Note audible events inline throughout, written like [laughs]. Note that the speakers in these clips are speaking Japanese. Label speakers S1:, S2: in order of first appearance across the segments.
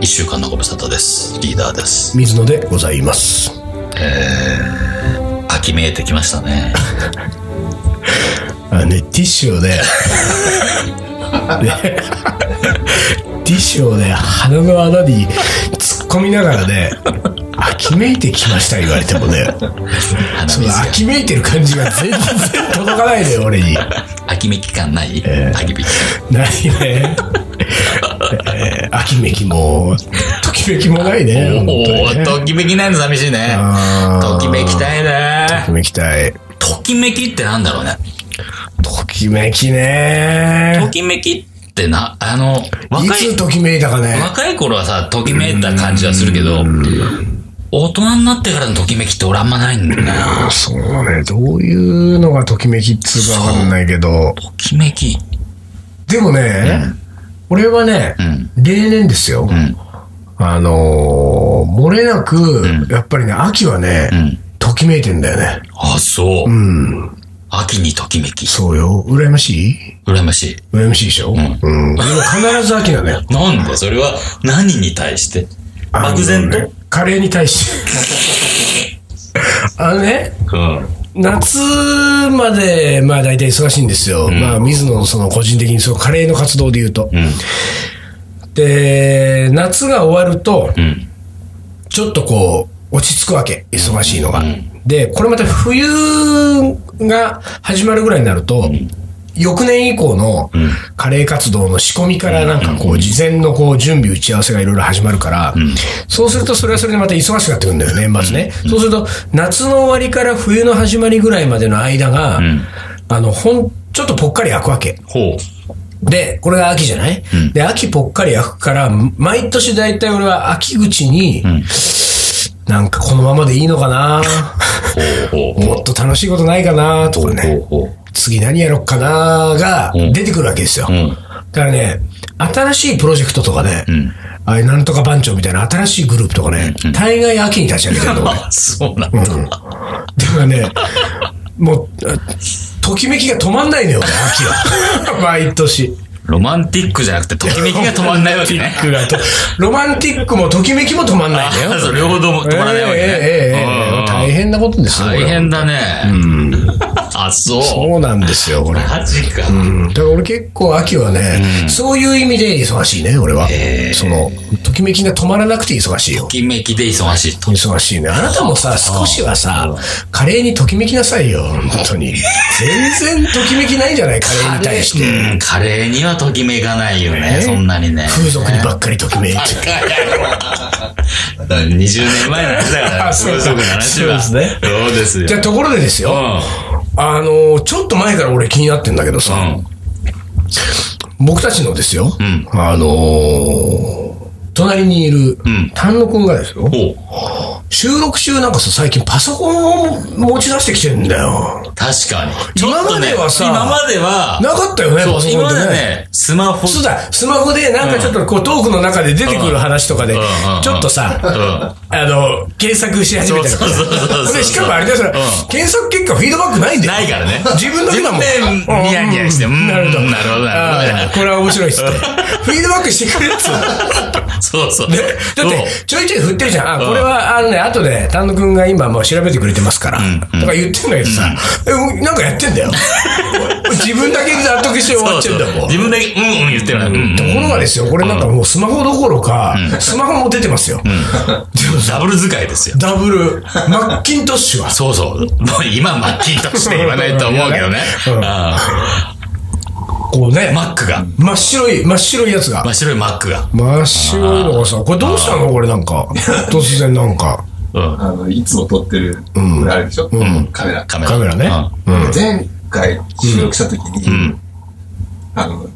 S1: 一週間のご無沙汰です。リーダーです。
S2: 水野でございます。
S1: えー、秋めいてきました
S2: [laughs]
S1: ね。
S2: あのね、ティッシ
S1: [laughs]
S2: ュをね、でティッシュをね、鼻の穴に突っ込みながらね、秋めいてきました言われてもね、
S1: 花
S2: そ
S1: 水
S2: の
S1: が。
S2: 秋めいてる感じが全然届かないね、俺に。
S1: 秋めき感ない、秋めき
S2: ないね。えー秋めきも、ときめきもないね。
S1: 感。
S2: 本当に
S1: おー、
S2: ね
S1: ときめきないの寂しいね。
S2: あー
S1: ときめきたい
S2: とき
S1: ね。
S2: めきたい。
S1: ときめきってなんだろうね。
S2: ときめき
S1: と
S2: ね。
S1: きめきってな、あの、
S2: い
S1: 若い、
S2: つときめいたかね。
S1: 若い頃はさ、ときめいた感じはするけど、大人になってからのときめきって俺あんまないんだよな。
S2: そうね、どういうのがときめきっつうかわかんないけど。
S1: ときめき。
S2: でもね、俺はね、例年ですよ。
S1: ん
S2: あのー漏れなく、やっぱりね、秋はね、
S1: ん
S2: ときめいてんだよね。
S1: あ、そう。
S2: うん。
S1: 秋にときめき。
S2: そうよ。羨ましい
S1: 羨ましい。。
S2: 羨ましいでしょうん。でも必ず秋なのよ
S1: なんでそれは何に対して
S2: あの
S1: 漠然と、
S2: ねカレーに対して。 [laughs] あのね、
S1: うん。
S2: 夏まで、まあ大体忙しいんですよ。まあ水野のその個人的にそのカレーの活動で言うと。
S1: うん。
S2: で、夏が終わると、
S1: うん。
S2: ちょっとこう、落ち着くわけ。忙しいのが。で、これまた冬が始まるぐらいになると、翌年以降のカレー活動の仕込みからなんかこう、事前のこう、準備打ち合わせがいろいろ始まるから、そうするとそれはそれでまた忙しくなってくるんだよね、まずね。そうすると、夏の終わりから冬の始まりぐらいまでの間が、あの、ほん、ちょっとぽっかり開くわけ。
S1: ほう。
S2: で、これが秋じゃない、で、秋ぽっかり焼くから、毎年大体俺は秋口に、なんかこのままでいいのかな
S1: ほうほう。
S2: もっと楽しいことないかなとかね、
S1: ほうほ
S2: 次何やろっかなが出てくるわけですよ。
S1: う。う
S2: だ
S1: ん。
S2: からね、新しいプロジェクトとかね、ああいうなんとか番長みたいな新しいグループとかね、大概秋に立ち上げてるの。
S1: [laughs]
S2: だ
S1: あ、そうなんだ。
S2: からね、もう、あときめきが止まんないのよ、俺秋は。毎年。
S1: ロマンティックじゃなくて、ときめきが止まんないわけね。
S2: ロマンティックがと、ロマンティックもときめきも止まんないんだよ。
S1: [laughs] あそう両方とも止まらないわけ
S2: え
S1: ね
S2: えええええ
S1: うん
S2: 大変なことですよ、これ
S1: 大
S2: は
S1: 変だね。あ、そう。
S2: そうなんですよ、これ。
S1: マジか。
S2: うんだから俺結構秋はね、そういう意味で忙しいね、俺は。その、ときめきが止まらなくて忙しいよ
S1: と。きめきで忙しいと。
S2: 忙しいね。あなたもさ、少しはさ、カレーにときめきなさいよ、本当に。全然ときめきないじゃない、カレーに対して。
S1: うんカレーにはときめかないよね、
S2: ね
S1: そんなにね。
S2: 風俗にばっかりときめいて。
S1: [laughs] だから20年前の話だから、
S2: あそう
S1: 風俗の話は。
S2: そうですね
S1: そうですよ
S2: じゃ。あ、ところでですよ。
S1: う
S2: あのーちょっと前から俺気になってんだけどさ、
S1: ん。うん。
S2: 僕たちのですよ、
S1: ん
S2: あのー隣にいる
S1: ん
S2: 丹野くんがですよ、
S1: ほう。
S2: 収録中なんかさ、最近パソコンを持ち出してきてんだよ。
S1: 確かに。
S2: 今まではさ
S1: 今までは、
S2: なかったよね、パ
S1: そう、
S2: ソ
S1: 今
S2: コンっ
S1: まで
S2: て
S1: は
S2: ね。
S1: ね、スマホ、
S2: そうだ、スマホでなんかちょっとこうトークの中で出てくる話とかで
S1: うんうんうん、
S2: ちょっと
S1: うん
S2: さ、あの、検索し始めたりとか
S1: そうそうそうそうそう
S2: で、しかもあれだよ、それ
S1: うん
S2: 検索結果フィードバックないんだよ。
S1: ないからね。
S2: 自分の
S1: 自
S2: 今も
S1: 分でニヤニヤして、う、
S2: うんん
S1: な
S2: な
S1: る
S2: る
S1: ほ
S2: ほ
S1: ど、
S2: ど
S1: なるほど、な
S2: あ
S1: る
S2: ーこれは面白いっすっ
S1: [laughs]
S2: て。フィードバックしてくれっつうの
S1: ほど。そうそう。
S2: ね [laughs] だって
S1: そ、
S2: ちょいちょい振ってるじゃん。あ、これは、あのね、あとね、丹野くんが今もう調べてくれてますから、とか言ってんだけどさ、えうんなんかやってんだ
S1: [laughs]
S2: よ。自分だけで納得して終わっ
S1: う
S2: ちゃうんだ
S1: そう
S2: もん。
S1: 自分だけ、うんうん言ってるな。うんうん
S2: ところがですよ、これなんかもうスマホどころか、スマホも出てますよ。でもさ
S1: ダブル使いですよ。
S2: ダブル、マッキントッシュは。
S1: そうそう。もう今、マッキンとして言わないと思うけどね。
S2: うん
S1: あ
S2: こうね
S1: ー、マックが。
S2: 真っ白い、真っ白いやつが
S1: 真。っ白いマックが。
S2: 真っ白いのがさ、これどうしたのこれなん
S1: [laughs]
S2: か。突然なんか。
S1: うん。
S3: あの、いつも撮ってる、あれでしょ、カメラ。
S1: カメラ。
S2: カメラね
S1: う
S3: 前回収録した時に、あの、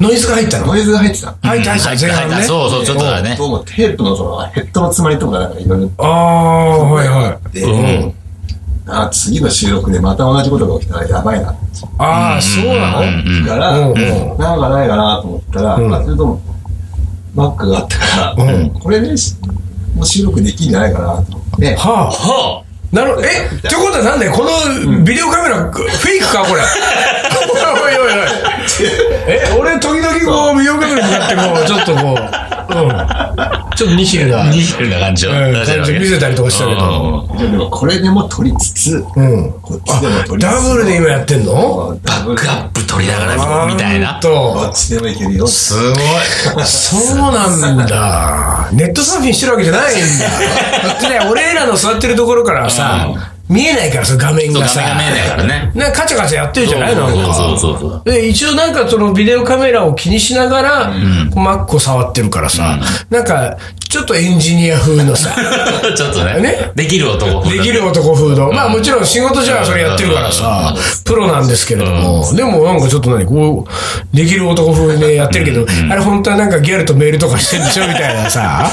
S2: ノイズが入ったの
S3: ノイズが入ってた。
S2: 入った
S1: ん。
S2: 入
S1: 入っ
S2: った
S1: た
S2: 前
S1: 入っ
S2: 半
S1: た。
S2: ね。
S1: そうそう、ちょっとだね。
S3: どうもテープのそのヘッドの詰まりとかなんかいろいろ
S2: ああ、はいはい。
S3: あって、
S1: うん。
S3: あー次の収録でまた同じことが起きたらやばいなって
S2: ああ、そうなの
S3: 言うから、
S2: うんうん
S3: なんかないかなと思ったら、
S2: ん
S3: あそれとも、マックがあったから、
S2: うん
S3: これでしもう収録できんじゃないかなと思って、
S2: はあ。
S1: は
S2: なるえってことはなんだよこのビデオカメラ、フェイクかこ
S1: [laughs]
S2: れ。おいおいおい。え、俺時々こう、ビデオカメラになってこう、ちょっとこう、ちょっとニヒルな、
S1: ニヒルな感じを
S2: うん
S1: 出してるわけ。
S2: 感じを見せたりとかしたけど
S1: うん。
S3: でもこれでも取りつつ、
S2: うん。
S3: こっちでも
S2: あ、
S3: 取りつつ。
S2: ダブルで今やってんの
S3: バ
S1: バックアップ取りなが
S2: あ
S1: ら、
S2: ー
S1: みたいな。
S3: ど
S2: と
S3: っ、ちでもいけるよ。
S1: すごい。
S2: そうなんだ。ネットサーフィンしてるわけじゃないんだ。
S1: [laughs]
S2: だってね、俺らの座ってるところからはさ、見えないからさ、画面
S1: そう、
S2: が
S1: 画
S2: さ。
S1: 面が見えないからね。
S2: なんかカチャカチャやってるじゃないの
S1: そうそうそうそう。
S2: で、一応なんかそのビデオカメラを気にしながら、マックを触ってるからさ、なんか、ちょっとエンジニア風の
S1: [laughs]
S2: さ、
S1: ちょっと
S2: ね
S1: ね。できる男。
S2: できる男風の。まあもちろん仕事じゃそれやってるからさ、プロなんですけれども、でもなんかちょっと何、こう、できる男風でやってるけど、あれ本当はなんかギャルとメールとかしてんでしょみたいなさ。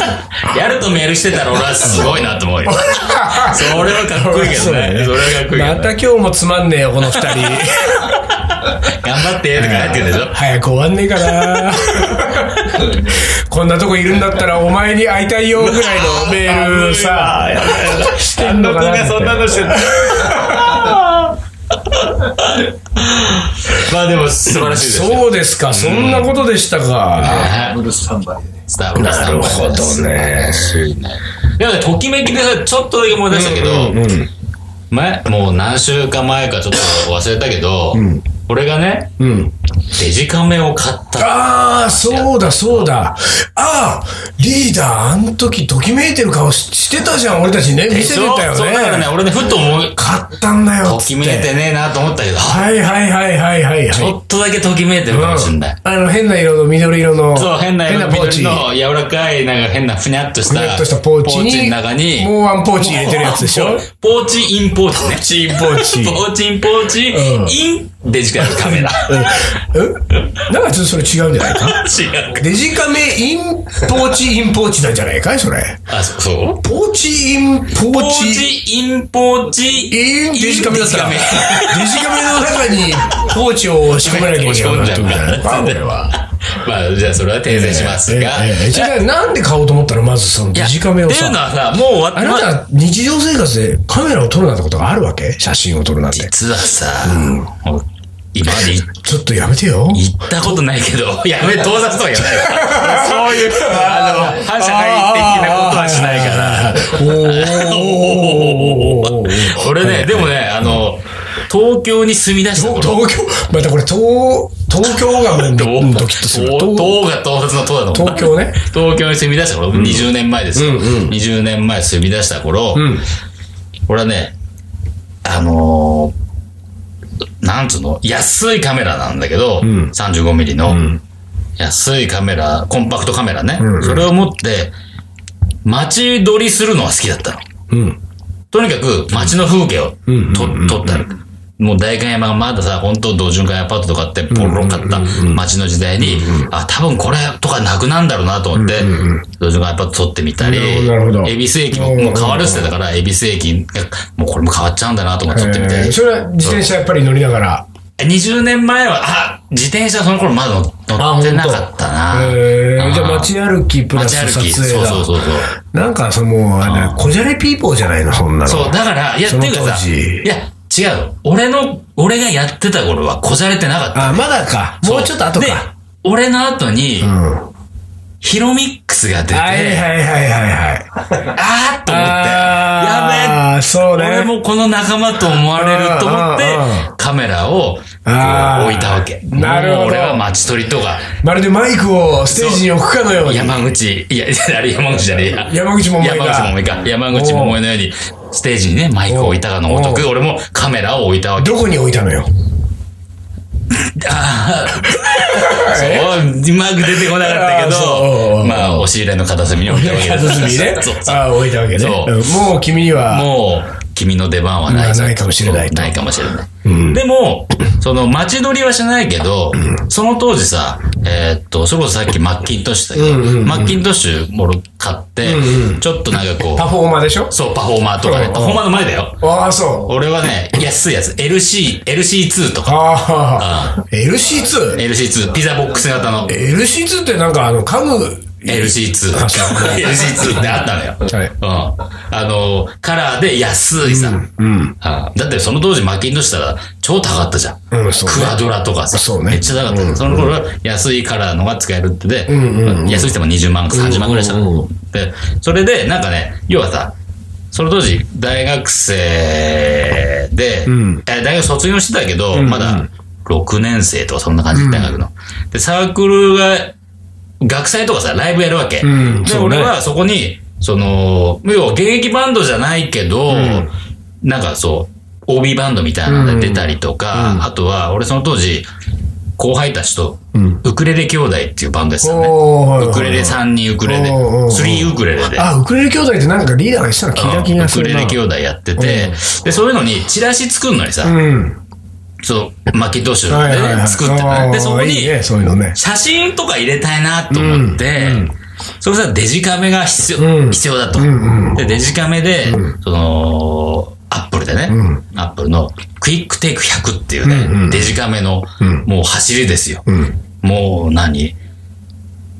S1: やるとメールしてたら俺はすごいなと思
S2: [laughs]
S1: うよ。それは [laughs] かっこいいけど
S2: そうだ
S1: ね。
S2: ね
S1: それはかっこいいけどね。
S2: [laughs] また今日もつまんねえよ、この二人。
S1: 頑張ってとか入ってるでしょ
S2: 早く終わんねえか
S1: [laughs]
S2: なこんなとこいるんだったらお前に会いたいよぐらいのメールさ、してんのかなって
S1: のしてる。 [laughs] まあでも素晴らしいですよ。
S2: そうですか、そんなことでしたか。
S3: ダブルスタンバイでね。
S1: スターブルスター
S2: なるほどね
S1: 素晴らしいね。いや、ときめきでさちょっとだけ思い出したけど、前、もう何週間前かちょっと忘れたけど、俺がね、
S2: うん。
S1: デジカメを買った。
S2: ああ、そうだ、そうだ。ああ、リーダー、あの時、ときめいてる顔ししてたじゃん、俺たちね。見せてたよ
S1: そうそうだからね、
S2: ね。
S1: 俺ね、ふっと思い、
S2: 買ったんだよ、
S1: と
S2: つ
S1: き
S2: っ
S1: めいて
S2: て。
S1: ねえなと思ったけど、
S2: はいはいはいはいはい
S1: ち
S2: はい。
S1: ょっとだけときめいてるかもしんない。
S2: あの、変な色の緑色の。
S1: そう、変な色の
S2: ポーチ。
S1: 緑の柔らかい、なんか変なふにゃっとし
S2: ふに
S1: た。
S2: ゃっとしたポーチに、
S1: の中に。
S2: もうワンポーチ入れてるやつでし
S1: [laughs]
S2: ょ
S1: ポーチインポーチね。ポーチイン
S2: ーチ
S1: ポポーチインポーチ、
S2: うん
S1: インデジカルカメラ。
S2: えなんかちょっとそれ違うんじゃないか
S1: 違う。
S2: デジカメインポーチインポーチなんじゃないかいそれ。
S1: あ、そそう
S2: ポーチインポ
S1: ポ
S2: ー
S1: ー
S2: チ。
S1: チインポーチ
S2: インデジカメだったら、
S1: イン
S2: デ
S1: デジ
S2: ジカメの中にポーチを押し込めなきゃいけなくなってくるんじゃ
S1: [laughs]
S2: ないのか
S1: 押し込
S2: こ
S1: んじゃう
S2: れは。
S1: カメまあ、じゃあそれは訂正しますが。
S2: ええええじゃあなんで買おうと思ったのまずその
S1: い
S2: デ
S1: や
S2: ジカメを
S1: っていうの
S2: さ。
S1: はさ、もう終わって
S2: あなた、日常生活でカメラを撮るなんてことがあるわけ写真を撮るなんて。
S1: 実はさ、もう今までい
S2: ちょっとやめてよ。
S1: 行ったことないけど、やべ、盗撮と
S2: [laughs]
S1: か言わないわ。そういう、あの、反社会的なことはしないから。
S2: ら。おーおーおーおーおーおーおー
S1: 俺ね、でもね、あの、東京に住み出した
S2: 東
S1: 頃。
S2: 東京、またこれ東、東京がも
S1: 東
S2: うドキッとする。
S1: 東
S2: 東
S1: 東が東撮の東だと思う
S2: 東京ね。
S1: 東京に住み出した頃、20年前ですよ。20年前住み出した頃、
S2: ん
S1: 俺はね、あのーなんつうの安いカメラなんだけど、35ミリの、安いカメラ、コンパクトカメラね。
S2: うん
S1: それを持って、街撮りするのが好きだったの。
S2: うん。
S1: とにかく街の風景をと
S2: うん
S1: 撮ったの。もう代官山がまださ、本当同潤会アパートとかってボロかった街の時代に、あ、多分これとかなくなんだろうなと思って、同潤会アパート撮ってみたり、
S2: なるほどなるほど
S1: 恵比寿駅ももう変わるって言ってたから、恵比寿駅が、もうこれも変わっちゃうんだなと思って撮ってみた
S2: え
S1: り
S2: ー。それは自転車やっぱり乗りながら。
S1: 20年前は、あ、自転車その頃まだ乗乗ってなかったな。
S2: えーじゃあ
S1: うん
S2: 街歩きプラス
S1: 街歩
S2: 撮
S1: き。
S2: 影
S1: そう
S2: だ
S1: そう。そうそう。
S2: なんかそのもう、あれだこじゃれピーポーじゃないの、そんなの。
S1: そう、だから、いや、って
S2: その
S1: いうかさ、
S2: 当時
S1: いや、違う。俺の、俺がやってた頃はこじゃれてなかった。
S2: あ、まだか。もうちょっと後
S1: で
S2: か。、
S1: 俺の後に、
S2: うん。は
S1: ヒロミックスが出
S2: い
S1: て、
S2: はいはいはい
S1: [laughs]
S2: はい。
S1: あーっと思って、や
S2: ああ、そう
S1: べえ、俺
S2: ね。
S1: もこの仲間と思われると思っ
S2: うん
S1: て、カメラをこう
S2: あー
S1: 置いたわけ。
S2: なるほど
S1: もう俺は街撮りとか、
S2: まるでマイクをステージに置くかのように。
S1: 山口、いや、あれ山口じゃねえや。
S2: 山口百恵が
S1: 山口百恵か。山口百恵のように、ステージにね、マイクを置いたかのごと
S2: う
S1: く、俺もカメラを置いたわけ。
S2: どこに置いたのよ。
S1: そううまく出てこなかったけ
S2: あーそう
S1: ど、まあ、押し入れの片隅に置いたわけで
S2: 片 [laughs]
S1: す。
S2: 隅にね
S1: そうそう。。
S2: ああ、置いたわけね。
S1: そう
S2: うんもう君には、
S1: もう、君の出番はないぞ
S2: ないかもしれないと
S1: ないかもしれない。でも、その、街撮りはしないけど、その当時さ、えーっと、それこそさっきマッキントッシュだけど、マッキントッシュもろ買って、ちょっとなんかこ
S2: パ
S1: う、
S2: フォーマーでしょ
S1: そう、パフォーマーとか
S2: う
S1: ね、
S2: ん
S1: パフォーマーの前だよ。
S2: ああ、そう。
S1: 俺はね、安いやつ、LC、LC2 とか、
S2: ああ、LC2?LC2
S1: LC2、ピザボックス型の。
S2: ってなんかあの、家具
S1: LC2。
S2: あそう
S1: LC2 ってあったのよ。
S2: はい
S1: うん。あの、カラーで安いさ。
S2: うん。
S1: あだってその当時マッキントッシュしたら超高かったじゃん。
S2: うんそうね
S1: クアドラとかさ。
S2: そうね
S1: めっちゃ高かった。その頃は安いカラーのが使えるってで、
S2: んうんうん
S1: 安くても20万か30万ぐらいした
S2: うんうんうん
S1: の。で、それでなんかね、要はさ、その当時大学生で、
S2: うん
S1: え大学卒業してたけど、
S2: んうん
S1: まだ6年生とかそんな感じ大学の。で、サークルが学祭とかさ、ライブやるわけ。
S2: うん
S1: で、
S2: そうね
S1: 俺はそこに、その、要は現役バンドじゃないけど、なんかそう、OB バンドみたいなので出たりとか、あとは、俺その当時、後輩たちと、
S2: ん
S1: ウクレレ兄弟っていうバンドですよね。
S2: おー
S1: ウクレレ3人ウクレレ、
S2: おうおうおう
S1: 3ウクレレで。
S2: あ、ウクレレ兄弟ってなんかリーダーが言ってたの聞いた気が
S1: ウ
S2: す
S1: ク
S2: る
S1: レ
S2: な。
S1: レ兄弟やってて、で、そういうのにチラシ作るのにさ、
S2: うん。
S1: そう、マキトッシュ
S2: はいはい
S1: で
S2: は
S1: ね
S2: い。
S1: 作ってた
S2: あ
S1: の
S2: ー
S1: で、そこ
S2: い
S1: に
S2: いね、そういうのね。
S1: 写真とか入れたいなと思って、それさ、デジカメが必要、
S2: うん
S1: 必要だと、
S2: んうん
S1: で、デジカメで、その、アップルでね、アップルのクイックテイク100っていうね、デジカメの、もう走りですよ。
S2: うん。
S1: もう何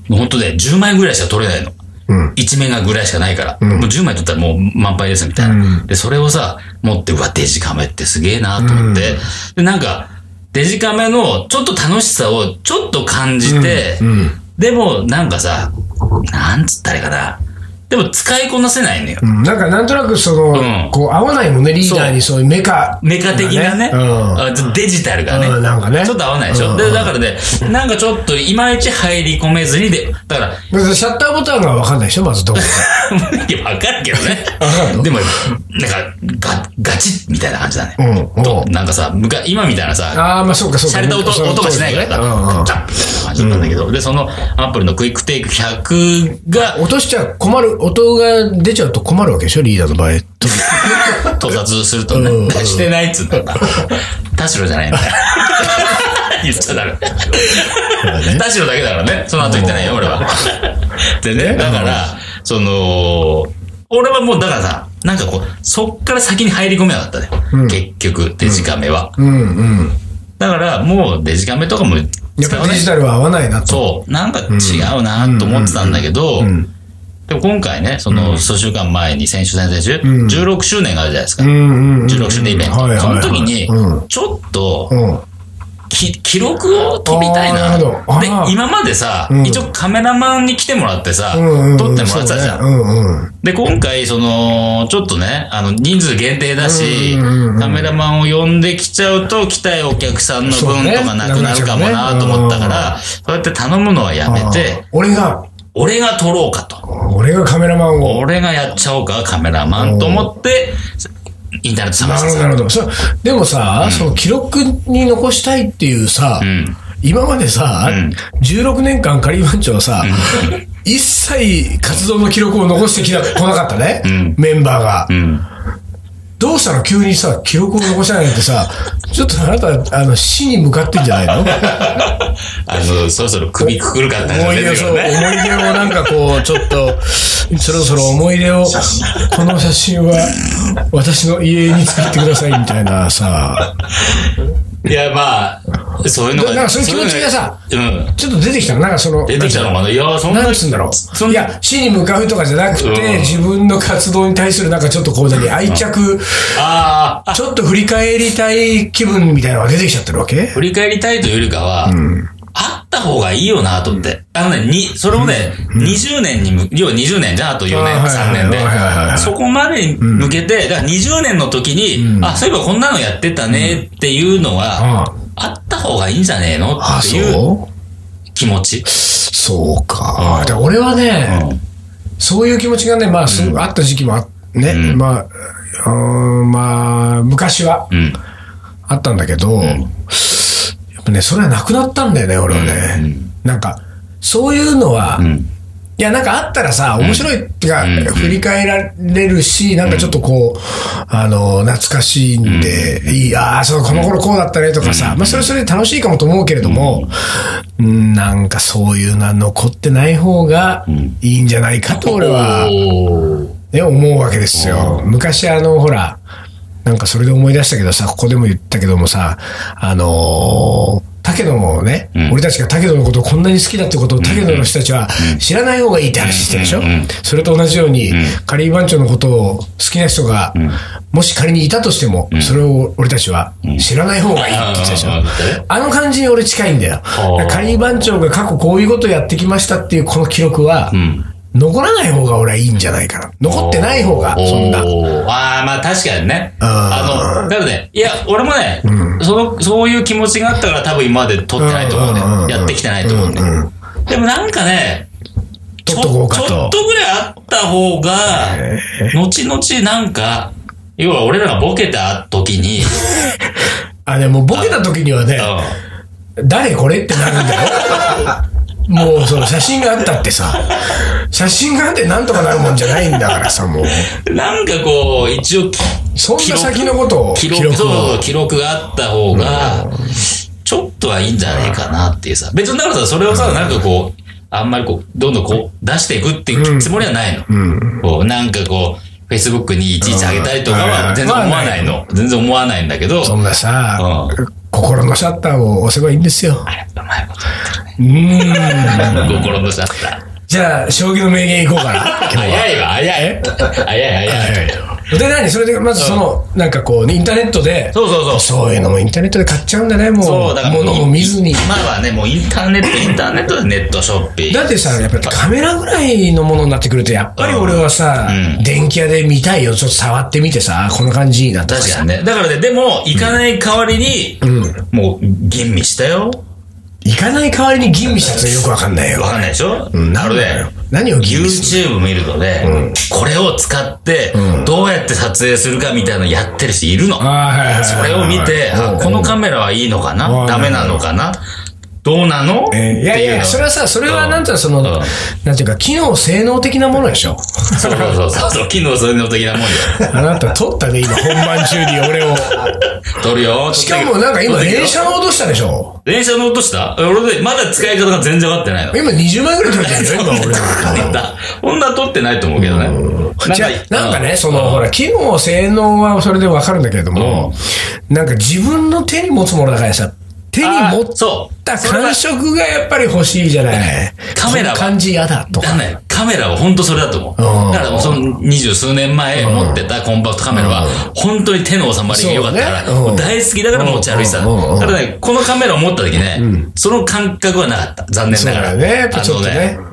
S1: もう本当ね、10枚ぐらいしか撮れないの。
S2: うん。
S1: 1メガぐらいしかないから、
S2: ん
S1: もう10枚撮ったらもう満杯ですみたいな。
S2: うん
S1: で、それをさ、持って、うわ、デジカメってすげえなと思って、で、なんか、デジカメのちょっと楽しさをちょっと感じて、
S2: うん。
S1: でもなんかさ、なんつったらいいかな。でも使いこなせないのよ。
S2: うんなんかなんとなくその、
S1: うん
S2: こう合わないもんね、リーダーにそういうメカ。
S1: メカ的なね、
S2: うん
S1: あデジタルがね、
S2: うんなんかね
S1: ちょっと合わないでしょ。
S2: うん
S1: で、だからね、なんかちょっといまいち入り込めずにで、だから、
S2: だからシャッターボタンがわかんないでしょ、まずどこか。
S1: いや、わかるけどね
S2: かるの。
S1: でも、なんか、ガ、ガチッみたいな感じだね。
S2: うん
S1: と
S2: う
S1: なんかさ、むか今みたいなさ、
S2: ああ、まあそうかそうか。
S1: 洒落た音
S2: そう
S1: 音がしないからさ、
S2: うんうん
S1: ガッみたいな感じだったんだけど、で、そのアップルのクイックテイク100が
S2: 落としちゃ困る、音が出ちゃうと困るわけでしょ、リーダーの場合。
S1: 盗撮するとね、
S2: うん
S1: してないっつうんだ。田代じゃないんだよ。言っちゃダメ。田代だけだからね、その後言ってないよ、俺は。でね、だから、その、俺はもうだからさ、なんかこう、そっから先に入り込めなかったね。結局、デジカメは。
S2: うんうん。
S1: だから、もうデジカメとかも
S2: やっ
S1: 使わ
S2: ぱ
S1: な
S2: デ
S1: い
S2: ジ。タルは合わないなと。
S1: そう、なんか違うなと思ってたんだけど、でも今回ね、その数週間前に先週、先々週、16周年があるじゃないですか。
S2: うんうんうん。
S1: 16周年イベント。
S2: はいはい
S1: そ
S2: は
S1: の
S2: い
S1: 時に
S2: うん、
S1: ちょっと、
S2: うん。
S1: き記録を飛びたいな。
S2: あーなるほどあー
S1: で、今までさ、
S2: ん
S1: 一応カメラマンに来てもらってさ、
S2: うんうん
S1: 撮ってもらってたじゃん。
S2: そうねうんうん。
S1: で、今回、その、ちょっとね、あの、人数限定だし、
S2: うんうんうんうん
S1: カメラマンを呼んできちゃうと、来たいお客さんの
S2: そう
S1: 分
S2: ね
S1: とかなくなるかもなと思ったか
S2: な
S1: ら、そうやって頼むのはやめ
S2: あー
S1: て、
S2: 俺が、
S1: 俺が撮ろうかと。
S2: 俺がカメラマンを。
S1: 俺がやっちゃおうか、カメラマンと思って、インターネット探
S2: な
S1: し
S2: る
S1: て
S2: ほど、
S1: さ
S2: な。るほど。そうでもさ、その記録に残したいっていうさ、
S1: ん
S2: 今までさ、
S1: うん
S2: 16年間カリー番長はさ、一切活動の記録を残してきなこなかったね、
S1: ん
S2: メンバーが。
S1: うん。
S2: どうしたの急にさ、記録を残さないなんてさ、ちょっとあなた、あの、死に向かってんじゃない
S1: [laughs]
S2: の
S1: あの、そろそろ首くくるかって
S2: 思
S1: 話
S2: い
S1: 出
S2: 出を、
S1: て
S2: そう
S1: く
S2: 思
S1: る
S2: い
S1: ね。
S2: 出をなんかこう、ちょっと、そろそろ思い出を、この写真は、
S1: [laughs]
S2: 私の家に作ってくださいみたいなさ、
S1: いや、まあ、そういうのが。
S2: なんかそういう気持ちがさ
S1: そういうのが、
S2: ちょっと出てきたのなんかその、
S1: うん。出てきたのかないや、そんな。
S2: なんつうんだろ
S1: そん
S2: う。い
S1: な
S2: や、死に向かうとかじゃなくて、
S1: うん
S2: 自分の活動に対するなんかちょっと
S1: [laughs]
S2: こうだけ愛着、
S1: ああ、
S2: ちょっと振り返りたい気分みたいなのが出てきちゃってるわけ
S1: 振り返りたいというよりかは、あった方がいいよなと思って。あのね、に、それをね、20年にむ、要は20年じゃん、あと4
S2: あ
S1: 年、
S2: ーはい
S1: 3
S2: はい
S1: 年で
S2: はいはいはいは。い
S1: そこまでに向けて、だから20年の時に、あ、そういえばこんなのやってたねっていうのは、
S2: あ
S1: あった方がいいんじゃねえの
S2: あ、
S1: っていう
S2: そう
S1: 気持ち。
S2: そうか。で俺はね、そういう気持ちがね、まあ、すあった時期もあね、
S1: うん
S2: まあ、うーんまあ、昔は
S1: うん。
S2: あったんだけど、やっぱね、それはなくなったんだよね、俺は
S1: うんう
S2: ね。なんか、そういうのは、
S1: うん。
S2: いや、なんかあったらさ、面白いってか、
S1: うん
S2: 振り返られるし、なんかちょっとこう、あの、懐かしいんで、いい、ああ、そう、この頃こうだったねとかさ、まあ、それはそれで楽しいかもと思うけれども、うん、なんかそういうのは残ってない方がいいんじゃないかと、俺は、
S1: おー
S2: ね、思うわけですよ。昔、あの、ほら、なんかそれで思い出したけどさ、ここでも言ったけどもさ、あのーけどもね、
S1: ん
S2: 俺たちがタケノのことをこんなに好きだってことをタケノの人たちは知らない方がいいって話してるでしょ、
S1: うんうん
S2: それと同じように、カリー番長のことを好きな人が、もし仮にいたとしても、それを俺たちは知らない方がいいって言ってたでしょ、
S1: うんうんうんうん
S2: あの感じに俺近いんだよ
S1: あー。
S2: カリー番長が過去こういうことやってきましたっていうこの記録は、残らない方が俺はいいんじゃないかな。残ってない方が、そんな。
S1: おーああ、まあ確かにね。
S2: あー
S1: あの、だからね、いや、俺もね、その、そういう気持ちがあったから多分今まで撮ってないと思うね
S2: うんうんうん。
S1: やってきてないと思うね
S2: うんう。
S1: でもなんかね、ち
S2: 撮
S1: ょ
S2: っとこうかと
S1: ちょっとぐらいあった方が、後々なんか、要は俺らがボケた
S2: [laughs]
S1: 時に、
S2: あ、でもボケた時にはね、
S1: う
S2: 誰これってなるんだよ。 [laughs] もうその写真があったってさ、写真があってなんとかなるもんじゃないんだからさ、もう。
S1: んなんかこう、一応き、
S2: そんな
S1: 記録
S2: 先のことを、
S1: 記
S2: 記
S1: 録
S2: 録
S1: そうそうそ
S2: を
S1: う。記録があった方が、ちょっとはいいんじゃないかなっていうさ。別にだからさ、それをさ、なんかこう、あんまりこう、どんどんこう、出していくっていうつもりはないの。こう、なんかこう、Facebook にいちいち上げたりとか
S2: うん
S1: は全然思わない
S2: ま
S1: の。全然思わないんだけど、
S2: そんなさ、心のシャッターを押せばいいんですよ。
S1: あれ、うまいこと
S2: うーん。
S1: 言った。心のシャッター。
S2: じゃあ、将棋の名言いこうかな。今日は。
S1: 早いわ、早い。早い、早い。
S2: で、何それで、まずその、なんかこう、インターネットで、
S1: そうそうそう。
S2: そういうのもインターネットで買っちゃうんだね、も
S1: そう、
S2: う。
S1: だから
S2: 物も見ずに。
S1: 今はね、もうインターネット、インターネットでネットショッピング。
S2: だってさ、やっぱりカメラぐらいのものになってくると、やっぱり俺はさ、
S1: うん
S2: 電気屋で見たいよ。ちょっと触ってみてさ、こんな感じいいなとか
S1: 確か
S2: さ。
S1: にね。だからね、でも、行かない代わりに、もう、吟味したよ。
S2: 行かない代わりに吟味したやつはよくわかんないよ
S1: わ。かんないでしょ、
S2: うん
S1: なので、
S2: 何を吟味す
S1: YouTube 見るとね、これを使って、どうやって撮影するかみたいなのやってる人いるの。
S2: るあーはいはいはい
S1: それを見て、
S2: うん
S1: あこのカメラはいいのか
S2: う
S1: な、
S2: ん
S1: ダメなのかな、どうなの、
S2: えーいやい
S1: ってう
S2: や、
S1: の
S2: それはさ、それはなんていうの、その、
S1: うん
S2: なんていうか、機能性能的なものでしょ。
S1: そうそうそうそうそう、機能性能的なもんよ。
S2: あなた撮ったね、今、本番中に俺を。
S1: 撮るよ。
S2: しかもなんか今、
S1: 撮ってるよ
S2: 連射を落としたでしょ。
S1: 連射の音した俺ね、まだ使い方が全然分かってないの。
S2: 今20枚ぐらい撮れてるよ、今俺の
S1: 撮った [laughs] 女撮ってないと思うけどね。
S2: じゃあなんかね、その、
S1: うん
S2: ほら、機能、性能はそれでわかるんだけれども、なんか自分の手に持つものだからさ、手に
S1: あ
S2: 持っ
S1: そう。
S2: た
S1: それは
S2: 感触がやっぱり欲しいじゃない。
S1: カメラは
S2: この感じ嫌だと
S1: だ
S2: か。
S1: からね、カメラは本当それだと思う。
S2: うん
S1: だからもうその二十数年前持ってたコンパクトカメラは、本当に手の収まりが良かったから、
S2: そうねうん
S1: もう大好きだから持ち歩いてた。
S2: うんうんうん
S1: ただね、このカメラを持った時ね、その感覚はなかった。残念
S2: そう
S1: なが
S2: だ
S1: ら。
S2: よね、やっぱちょっと
S1: あ
S2: ね
S1: の。。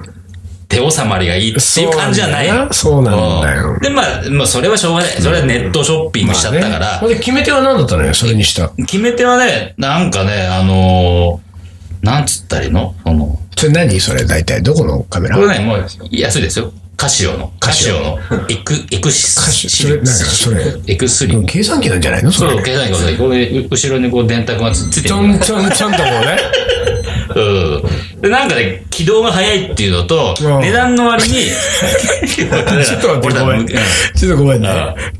S1: 手収まりがいいっていう感じじゃないの。
S2: そうなんだよ
S1: うんで、まあ、まあ、それはしょうがない。それはネットショッピングしちゃったから、
S2: ねほんで決め手は何だったのよ、それにした。
S1: 決め手はね、なんかね、あのー、なんつったらいいのその、
S2: それ何それ大体、どこのカメラ
S1: これね、もう安いですよ。カシオの、カシオの、エク、エクシ
S2: カシオそれ
S1: ス、
S2: それそ
S1: エクスリ
S2: うん
S1: ム。
S2: 計算機なんじゃないのそ
S1: そ
S2: れ
S1: う、。経済学で、これ、う後ろにこう電卓がつつい
S2: ち
S1: てる
S2: ょ。んちょんちょんとこうね。
S1: うん。で、なんかね、軌道が速いっていうのと、
S2: うん
S1: 値段の割に、
S2: [laughs] ちょっと待って、ごめん。
S1: [laughs] 俺ら
S2: ちょっとごめんね。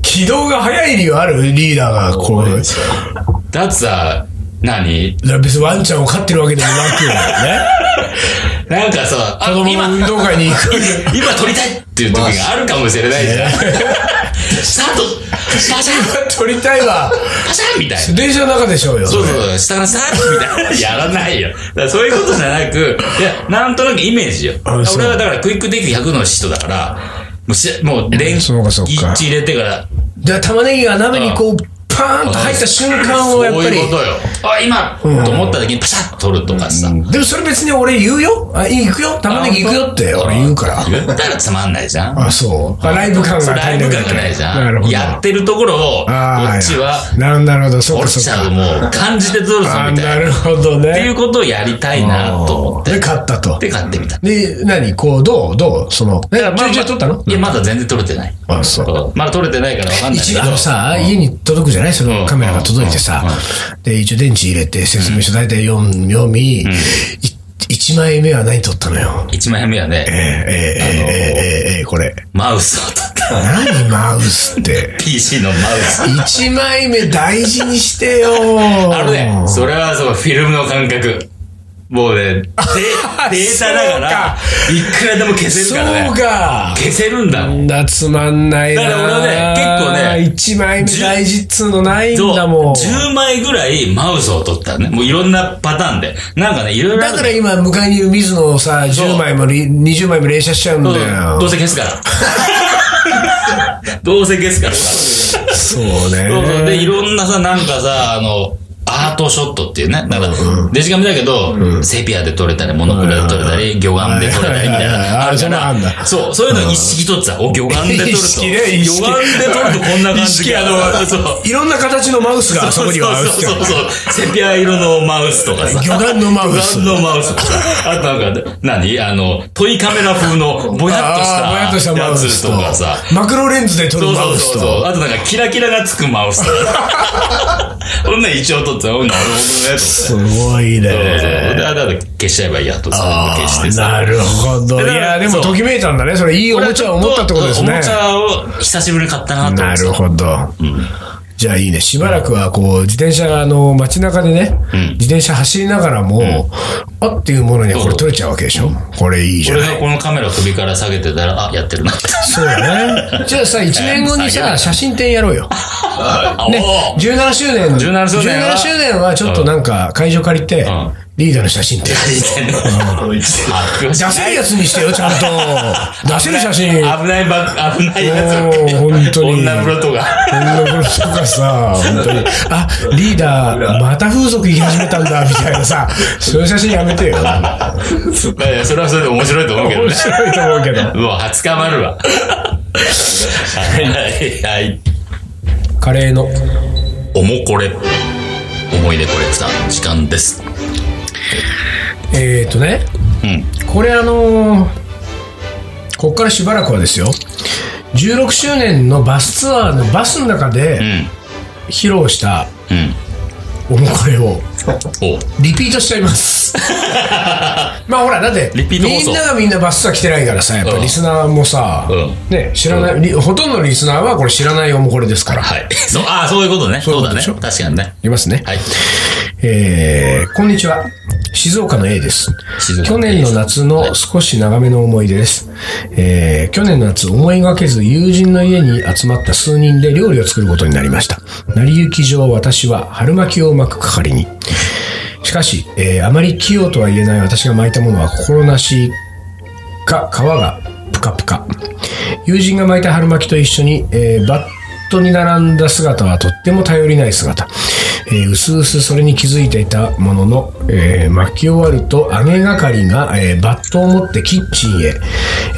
S2: 軌道が速い理由あるリーダーが、こう。
S1: だってさ、何
S2: だから別にワンちゃんを飼ってるわけでもな
S1: [laughs]
S2: く、ね。
S1: なんかさ、あ
S2: 子供の
S1: 今
S2: 運動会に行く。
S1: [laughs] 今撮りたいっていう時があるかもしれないじゃん。 [laughs] スタートパシャン
S2: 撮りたいわ。
S1: パシャンみたいな。
S2: 電車の中でしょうよ。
S1: そうそうそう、下からさーみたいな。やらないよ。だからそういうことじゃなく、いや、なんとなくイメージよ。
S2: あそう
S1: 俺はだからクイックテイク100の人だから、もうし、もうレンチ
S2: そうかそうか
S1: 入れてから、
S2: で、玉ねぎが鍋にこう、パーンと入った瞬間をやっぱ
S1: そう
S2: り
S1: い。うことよ。あ、今、と思った時にパシャッと取るとかさ。
S2: でもそれ別に俺言うよ。あ、いい行くよ。玉ねぎ行くよって俺言うから。
S1: 言ったらつまんないじゃん。
S2: あ、そう。あライブ感が
S1: ライブ感がないじゃ
S2: なる
S1: ん。
S2: ほど。
S1: やってるところを、こ
S2: あー
S1: っちは、
S2: いなるほどなるほど。そう
S1: 俺
S2: か
S1: っち
S2: そう
S1: ゃ
S2: か。
S1: もう感じて取るぞ
S2: あ
S1: みた
S2: ない
S1: な。
S2: る
S1: っ
S2: ほどね。
S1: ていうことをやりたいなと思って。
S2: で、買ったと。
S1: で、買ってみた。
S2: で、何こう、どうどうその、え、
S1: まあ
S2: ちょいちょい撮ったの
S1: いや、まだ全然撮れてない。
S2: あそう
S1: まだ撮れてないからわかんないけ
S2: 一
S1: ど。
S2: 応あのさ、家に届くじゃないそのカメラが届いてさ、で、一応電池入れて説明書大体読み、読み、い一枚目は何撮ったのよ。
S1: 一枚目は
S2: えー、え
S1: ね、
S2: ー、えー、えー、えー、えー、これ。
S1: マウスを撮った。
S2: 何マウスって。
S1: PC のマウス。
S2: 一枚目大事にしてよ
S1: あのね、それはそのフィルムの感覚。もうね、でデータだから、いくらでも消せ
S2: そ
S1: るからね
S2: う。か。
S1: 消せるんだもん。
S2: んなつまんないな。
S1: だから俺はね
S2: 結構ね。1枚目大事っつうのないんだもん。
S1: 10枚ぐらいマウスを取ったね。もういろんなパターンで。なんかね、いろいろあ
S2: だ
S1: る
S2: から今、迎えにいる水野をさ、
S1: そう
S2: 10枚もり20枚も連射しちゃうんだ
S1: うんど
S2: よ。
S1: うせ消すから。 [laughs] どうせ消すから。
S2: そう
S1: そうそうで、い
S2: ね。
S1: ろんなさ、なんかさ、あの、アートショットっていうね。なんか、デジカメだけど、セピアで撮れたり、モノクロで撮れたり、魚眼で撮れたりみた
S2: はいは
S1: い
S2: いはい
S1: な。あるか
S2: あそんなのあん
S1: ら。
S2: だ
S1: そう、そういうの一式撮ってさ、お、魚眼
S2: [laughs]
S1: で撮ると。
S2: 意識ね意識
S1: 魚眼で撮るとこんな感
S2: 意
S1: じ
S2: 識
S1: か
S2: あの
S1: [laughs] そう。
S2: いろんな形のマウスがそこには合うってい
S1: そううそうそうそう。セピア色のマウスとかさ。
S2: 魚眼のマウス
S1: 魚眼のマウスとかさ。あとなんか、何あの、トイカメラ風のぼやっとし
S2: あーぼやっとした
S1: た
S2: マ
S1: や
S2: ウス
S1: つ
S2: と
S1: とかさ。
S2: マクロレンズで撮
S1: そ
S2: る
S1: う
S2: マ
S1: そ
S2: ウ
S1: う
S2: ス
S1: そう
S2: と。
S1: そう。あとなんか、キラキラがつくマウスと
S2: [laughs]
S1: か。女一応撮ってた女俺もね、と
S2: すごいね。
S1: そうそうそう。であとは消しちゃえばいいやと、それも消してさ。
S2: なるほど。
S1: で
S2: い
S1: だから
S2: や、でも
S1: そう
S2: ときめいたんだね。それいいおもちゃを持ったってことですね。
S1: おもちゃを久しぶりに買ったなと思
S2: な
S1: って
S2: る
S1: さ。
S2: ほど。じゃあいいね。しばらくは、こう、自転車、あの、街中でね、自転車走りながらも、あっていうものにはこれ取れちゃうわけでしょこれいいじゃ
S1: 俺
S2: ない。
S1: がこのカメラを首から下げてたら、あ、やってるなって。
S2: [laughs] そうだね。じゃ
S1: [laughs]
S2: あさ、1年後にさ、写真展やろうよ。
S1: あ
S2: ね
S1: お、ー [laughs]
S2: 17周年。
S1: 17周年は
S2: 17周年はちょっとなんか、会場借りて
S1: ん、
S2: リーダーの写真展。
S1: [laughs] 出
S2: 出せるやつにしてよ、ちゃん
S1: [laughs]
S2: と。出せる写真。
S1: 危ないば、危ないやつ
S2: おー本当に
S1: 女風呂とか。
S2: こんなこととかさ、本当に、あ、リーダー、また風俗行き始めたんだ、みたいなさ、そういう写真やめてよ。
S1: いやいやそれはそれで面白いと思うけど
S2: 面
S1: ね。
S2: 白いと思うけど。
S1: うわ、20日丸わ。はい、はい。
S2: カレーの。
S1: おもこれ。思い出コレクターの時間です。
S2: えっ、ー、とね、
S1: うん。
S2: これあのーこっからしばらくはですよ、16周年のバスツアーのバスの中
S1: う
S2: で
S1: ん。
S2: 披露した
S1: うん。
S2: おもこれを
S1: おう
S2: リピートしちゃい
S1: [laughs]
S2: ます。まあほら、だって、
S1: リピート放
S2: み
S1: 送
S2: んながみんなバスツアー来てないからさ、やっぱ
S1: うん
S2: リスナーもさ、
S1: うん
S2: ね、知らない、りほとんどのリスナーはこれ知らないおもこれですから。
S1: はい。 [laughs] そう、ああ、そういうことね。
S2: そうい
S1: そうう
S2: こと
S1: だ
S2: で
S1: ね。
S2: しょ
S1: 確かにね。
S2: いますね。
S1: はい。
S2: えー、こんにちは。静岡の A です。
S1: 静岡
S2: 去
S1: の A
S2: 年の夏の少し長めの思い出です。えー、去年の夏、思いがけず友人の家に集まった数人で料理を作ることになりました。成り行き上私は春巻きを巻く係に。しかし、えーあまり器用とは言えない私が巻いたものは心なしか皮がぷかぷか友人が巻いた春巻きと一緒に、えーバットに並んだ姿はとっても頼りない姿、えー、うすうすそれに気づいていたものの、えー巻き終わると揚げ係が、えーバットを持ってキッチンへ、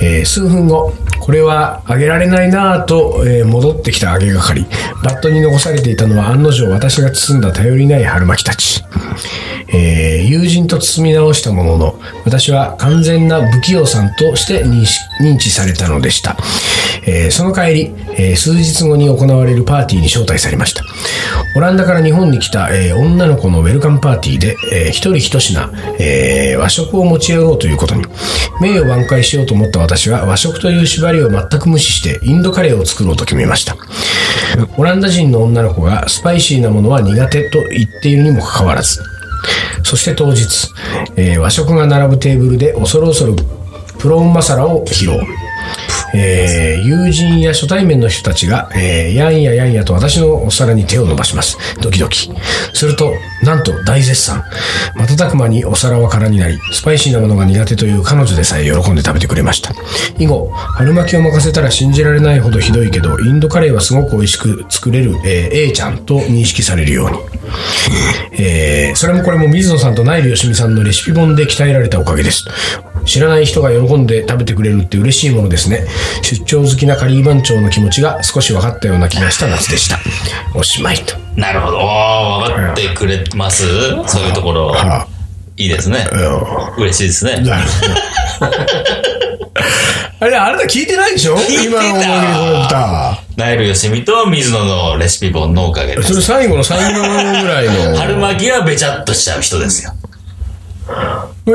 S2: えー数分後これは揚げられないなぁと、えー戻ってきた揚げ係バットに残されていたのは案の定私が包んだ頼りない春巻きたちえー友人と包み直したものの、私は完全な不器用さんとして認識認知されたのでした。えーその帰り、えー数日後に行われるパーティーに招待されました。オランダから日本に来た、えー女の子のウェルカムパーティーで、えー一人一品、えー和食を持ち寄ろうということに。名誉挽回しようと思った私は和食という縛りを全く無視してインドカレーを作ろうと決めました。オランダ人の女の子がスパイシーなものは苦手と言っているにもかかわらず、そして当日、えー和食が並ぶテーブルで恐る恐るプロンマサラを披露。えー友人や初対面の人たちが、えーやんややんやと私のお皿に手を伸ばします。ドキドキ。すると、なんと大絶賛。瞬く間にお皿は空になり、スパイシーなものが苦手という彼女でさえ喜んで食べてくれました。以後、春巻きを任せたら信じられないほどひどいけど、インドカレーはすごく美味しく作れる、えー A ちゃんと認識されるように。えーそれもこれも水野さんとナイルよしみさんのレシピ本で鍛えられたおかげです。知らない人が喜んで食べてくれるって嬉しいものですね。出張好きなカリー番長の気持ちが少し分かったような気がした夏でした。おしまいと。
S1: なるほど。おーわかってくれますそういうところ。
S2: あ
S1: いいですね。
S2: あ、
S1: 嬉しいですね。
S2: なるほど。 [laughs] あれ、あなた聞いてないでしょ
S1: いてた
S2: 今の思い出コレクタ
S1: ナイルよしみと水野のレシピ本のおかげで
S2: ー。そ
S1: す。
S2: れ最後の最後のぐらいの。
S1: 春巻きはべちゃっとしちゃう人ですよ。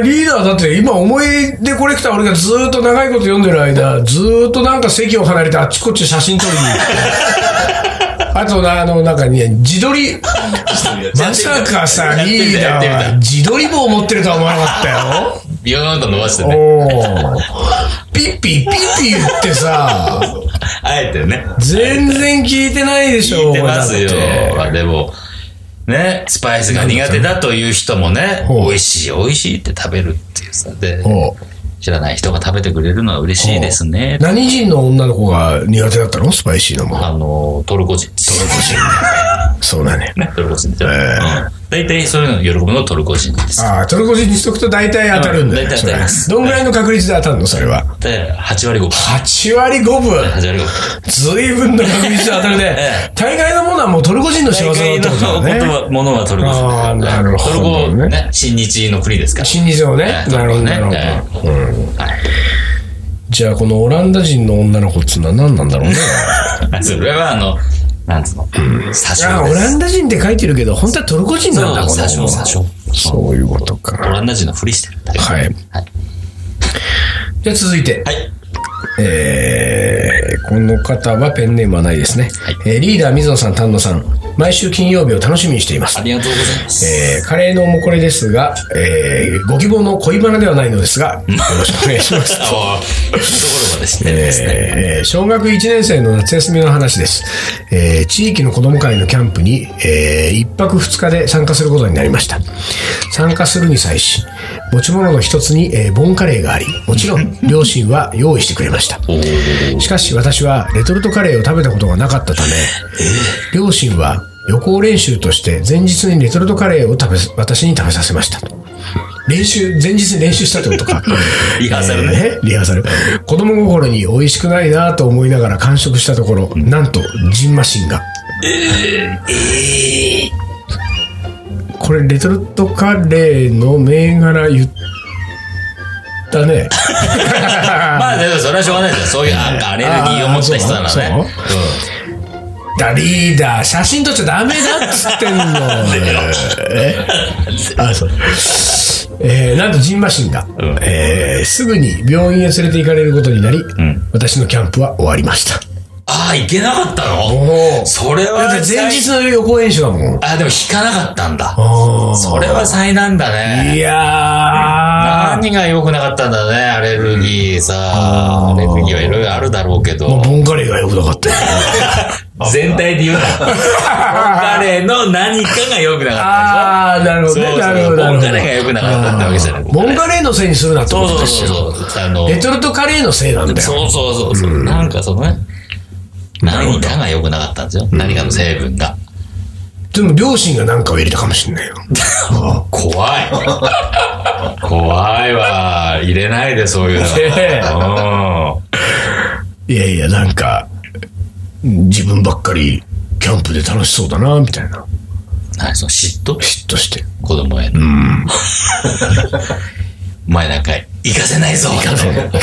S2: リーダーだって今思い出コレクター俺がずーっと長いこと読んでる間ずーっとなんか席を離れてあっちこっち写真撮りに行ってあとな、あの、なんかね、自撮り、まさかさ、リーダーは自撮り棒持ってるとは思わなかったよ。
S1: ビヨーンと伸ばしてね。
S2: おーピッピ、ピッピ言ってさ、
S1: あえてね。
S2: 全然聞いてないでしょ、
S1: 聞いてますよ
S2: だって。
S1: でも、ね、スパイスが苦手だという人もね、
S2: ほう
S1: 美味しい、美味しいって食べるっていうさ、で、
S2: おう
S1: 知らない人が食べてくれるのは嬉しいですね。
S2: 何人の女の子が苦手だったのスパイシーなもの。
S1: あの、トルコ人。トルコ人。
S2: そうだね。
S1: [laughs] ね、トルコ人でしょ。
S2: ええ
S1: うん大体そういうの喜ぶのはトルコ人です。
S2: ああ、トルコ人にしとくと大体当たるんだ
S1: うん
S2: よ。
S1: 大体当たります
S2: それどんぐらいの確率で当たるのそれは。
S1: で、8割5分。
S2: 8割5分。
S1: 8割5分。
S2: ずいぶんの確率で当たる
S1: [laughs] え
S2: ね。大概のものはもうトルコ人の仕業だってことだ
S1: 大概の
S2: ね。
S1: ことはものはトルコ人だ
S2: あーなるほどね
S1: トルコ、ね、親日の国ですから。
S2: 新日のね
S1: え。え
S2: なるほど、
S1: ね
S2: な
S1: え
S2: るほど。うん
S1: はい
S2: じゃあ、このオランダ人の女の子っつうのは何なんだろうね。
S1: [laughs] それは、あの、なんつうの、詐
S2: ああ、
S1: 称
S2: オ
S1: で
S2: ラ
S1: す。
S2: ンダ人って書いてるけど、本当はトルコ人なんだ、こ
S1: そう
S2: の
S1: 詐称、詐称。
S2: そういうこと
S1: オ
S2: か。
S1: ランダ人のふりしてるんだよ。
S2: はい。
S1: はい。
S2: じゃあ続いて、
S1: はい。
S2: えーこの方はペンネームはないですね。
S1: はい
S2: えーリーダー水野さん、丹野さん、毎週金曜日を楽しみにしています
S1: あ。りがとうございます。
S2: えーカレーのおもこれですが、えーご希望の恋バナではないのですが、よろしくお願いします。
S1: ああ、そういうところまでしてるんですね。
S2: えー小学1年生の夏休みの話です、えー地域の子ども会のキャンプに、え1泊2日で参加することになりました参加するに際し持ち物の一つに、えーボンカレーがありもちろん両親は用意してくれました
S1: おー
S2: しかし私はレトルトカレーを食べたことがなかったため、両親は予行練習として前日にレトルトカレーを食べ、私に食べさせましたと。練習、前日に練習したってことか。
S1: [laughs] リハーサルね
S2: えーリハーサル。子供心に美味しくないなと思いながら完食したところ、なんと、ジンマシンが。これ、レトルトカレーの銘柄言ったね。
S1: まあ、でもそれはしょうがないですよ。そういうなんかアレルギーを持った人ならね。
S2: だリーダー写真撮っちゃダメだっつってんのえ [laughs] あそうえーなんとジンマシンが、
S1: ん
S2: えーすぐに病院へ連れて行かれることになり、
S1: ん
S2: 私のキャンプは終わりました
S1: ああ、いけなかったの
S2: お
S1: それは
S2: だって前日の予行演習だもん
S1: あ、でも引かなかったんだ。
S2: あー
S1: それは災難だね。
S2: いやー
S1: 何が良くなかったんだね、アレルギーさ。アレルギーはいろいろあるだろうけ
S2: もう
S1: ど
S2: ボ。ンカレーが良くなかった
S1: [laughs]
S2: よ
S1: 全体で言うな。彼の何かが良くなかっ
S2: ああなるほ
S1: たでし
S2: ど
S1: ょ。
S2: ねなる
S1: そ
S2: ほ
S1: うそう。
S2: どな
S1: ボ
S2: る
S1: ン
S2: ほ
S1: カレーが良くなかったってわけじゃない
S2: ど。モンカレーのせいにするなって
S1: そ
S2: こ
S1: う
S2: と
S1: そう
S2: ですよ
S1: そうそう。あの、
S2: レトルトカレーのせいなんだよ
S1: そうそうそうそう、なんかそのね、何かが良くなかったんですよ。何かの成分が。
S2: でも両親が何かを入れたかもしれないよ。
S1: 怖 [laughs] い。怖いわ。入れないで、そういう
S2: ねえ
S1: の。うん
S2: いやいや、なんか、自分ばっかりキャンプで楽しそうだな、みたいな。
S1: 何その嫉妬
S2: 嫉妬して。
S1: 子供への。 [laughs] お前なんか、行かせないぞ。
S2: いか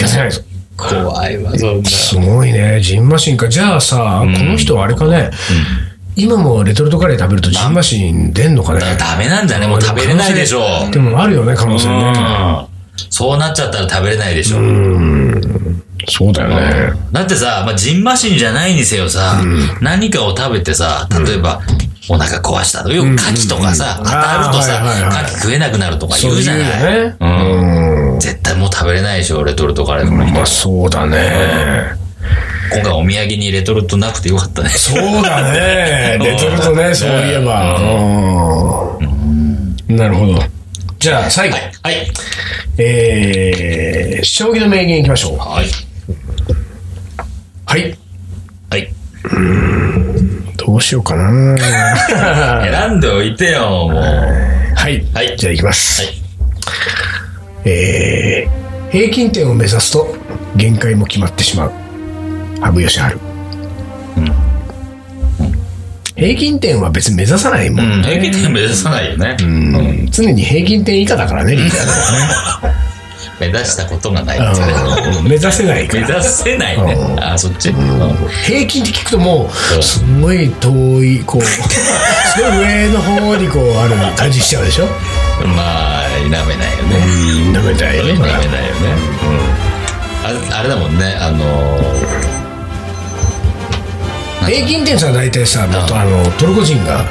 S2: せないぞ。
S1: 怖いわ、そんな。
S2: すごいね、ジンマシンか。じゃあさ、この人はあれかね、今もレトルトカレー食べるとジンマシン出んのかね。
S1: ダメなんだね、もう食べれないでしょ。
S2: でもあるよね、可能性ね。
S1: うん。そうなっちゃったら食べれないでしょ。
S2: そうだよね。
S1: だってさ、まあ、ジンマシンじゃないにせよさ、何かを食べてさ、例えば、お腹壊したと。よく牡蠣とかさ、
S2: うん
S1: 当たると
S2: あーはいはいは
S1: さ
S2: い、
S1: 牡蠣食えなくなるとか
S2: そ
S1: 言
S2: う
S1: うじゃない。
S2: いうよね。
S1: うん絶対もう食べれないでしょ、レトルトカレーとかの人。
S2: まあそうだね。
S1: 今回お土産にレトルトなくてよかったね。
S2: そうだね。レトルトね、そういえば。うんなるほど。じゃあ、最後。
S1: はい。
S2: えー、将棋の名言いきましょう。
S1: はい。
S2: はい。
S1: はい。
S2: どうしようかな。
S1: 選んでおいてよ、もう。は
S2: [laughs] はい。
S1: はい
S2: じゃあ、いきます。
S1: い。
S2: えー、平均点を目指すと、限界も決まってしまう。羽生善治。平均点は別に目指さないも
S1: うんん、平均点目指さないよね。
S2: うん。常に平均点以下だからね、リー
S1: 目指したことがない
S2: ダ
S1: ってね
S2: ーうん目指せないか
S1: 目
S2: ら。
S1: 指せないね。あ、そっち。
S2: 平均って聞くとも
S1: う
S2: う、
S1: ん
S2: すんごい遠い、
S1: [laughs]
S2: こう、すごい上の方にこう、ある感じしちゃうでしょ
S1: まあ、否めないよね。
S2: うん、ダメだ
S1: ダ
S2: よ
S1: メ
S2: ね。
S1: だよね。うん。あれあれだもんね、あのー、なん
S2: 平均点さ、大体さ、もっとあの、トルコ人が
S1: うん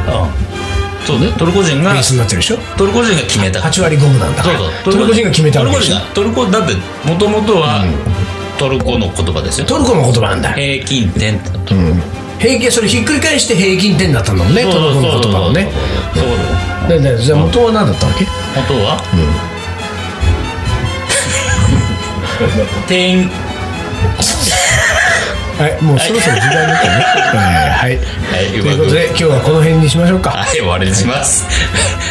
S1: そうね、トルコ人が
S2: ベー、スになってるでしょ
S1: トルコ人が決めた。
S2: 8割5分なんだ
S1: そうそう。
S2: トルコ人が決めた
S1: トル
S2: わけ
S1: コ
S2: でし
S1: 人
S2: ょ
S1: が、トルコ、だって、もともとは、トルコの言葉ですよ。
S2: トルコの言葉なんだ
S1: 平均点って
S2: 平均それひっくり返して平均点だったんだもんねトルコの言葉をね
S1: そうそうそうそう
S2: ででじゃあ元は何だったわけ
S1: 元は、店員
S2: はいもうそろそろ時間だったねはいはい
S1: はい
S2: ということで今日はこの辺にしましょうか
S1: はい終わりにし [laughs] ます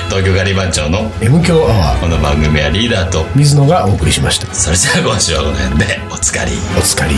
S1: 東京ガリバン長の
S2: M 強アワー
S1: この番組はリーダーと
S2: 水野がお送りしました
S1: それじゃあ今週はこの辺でおつかり
S2: おつかり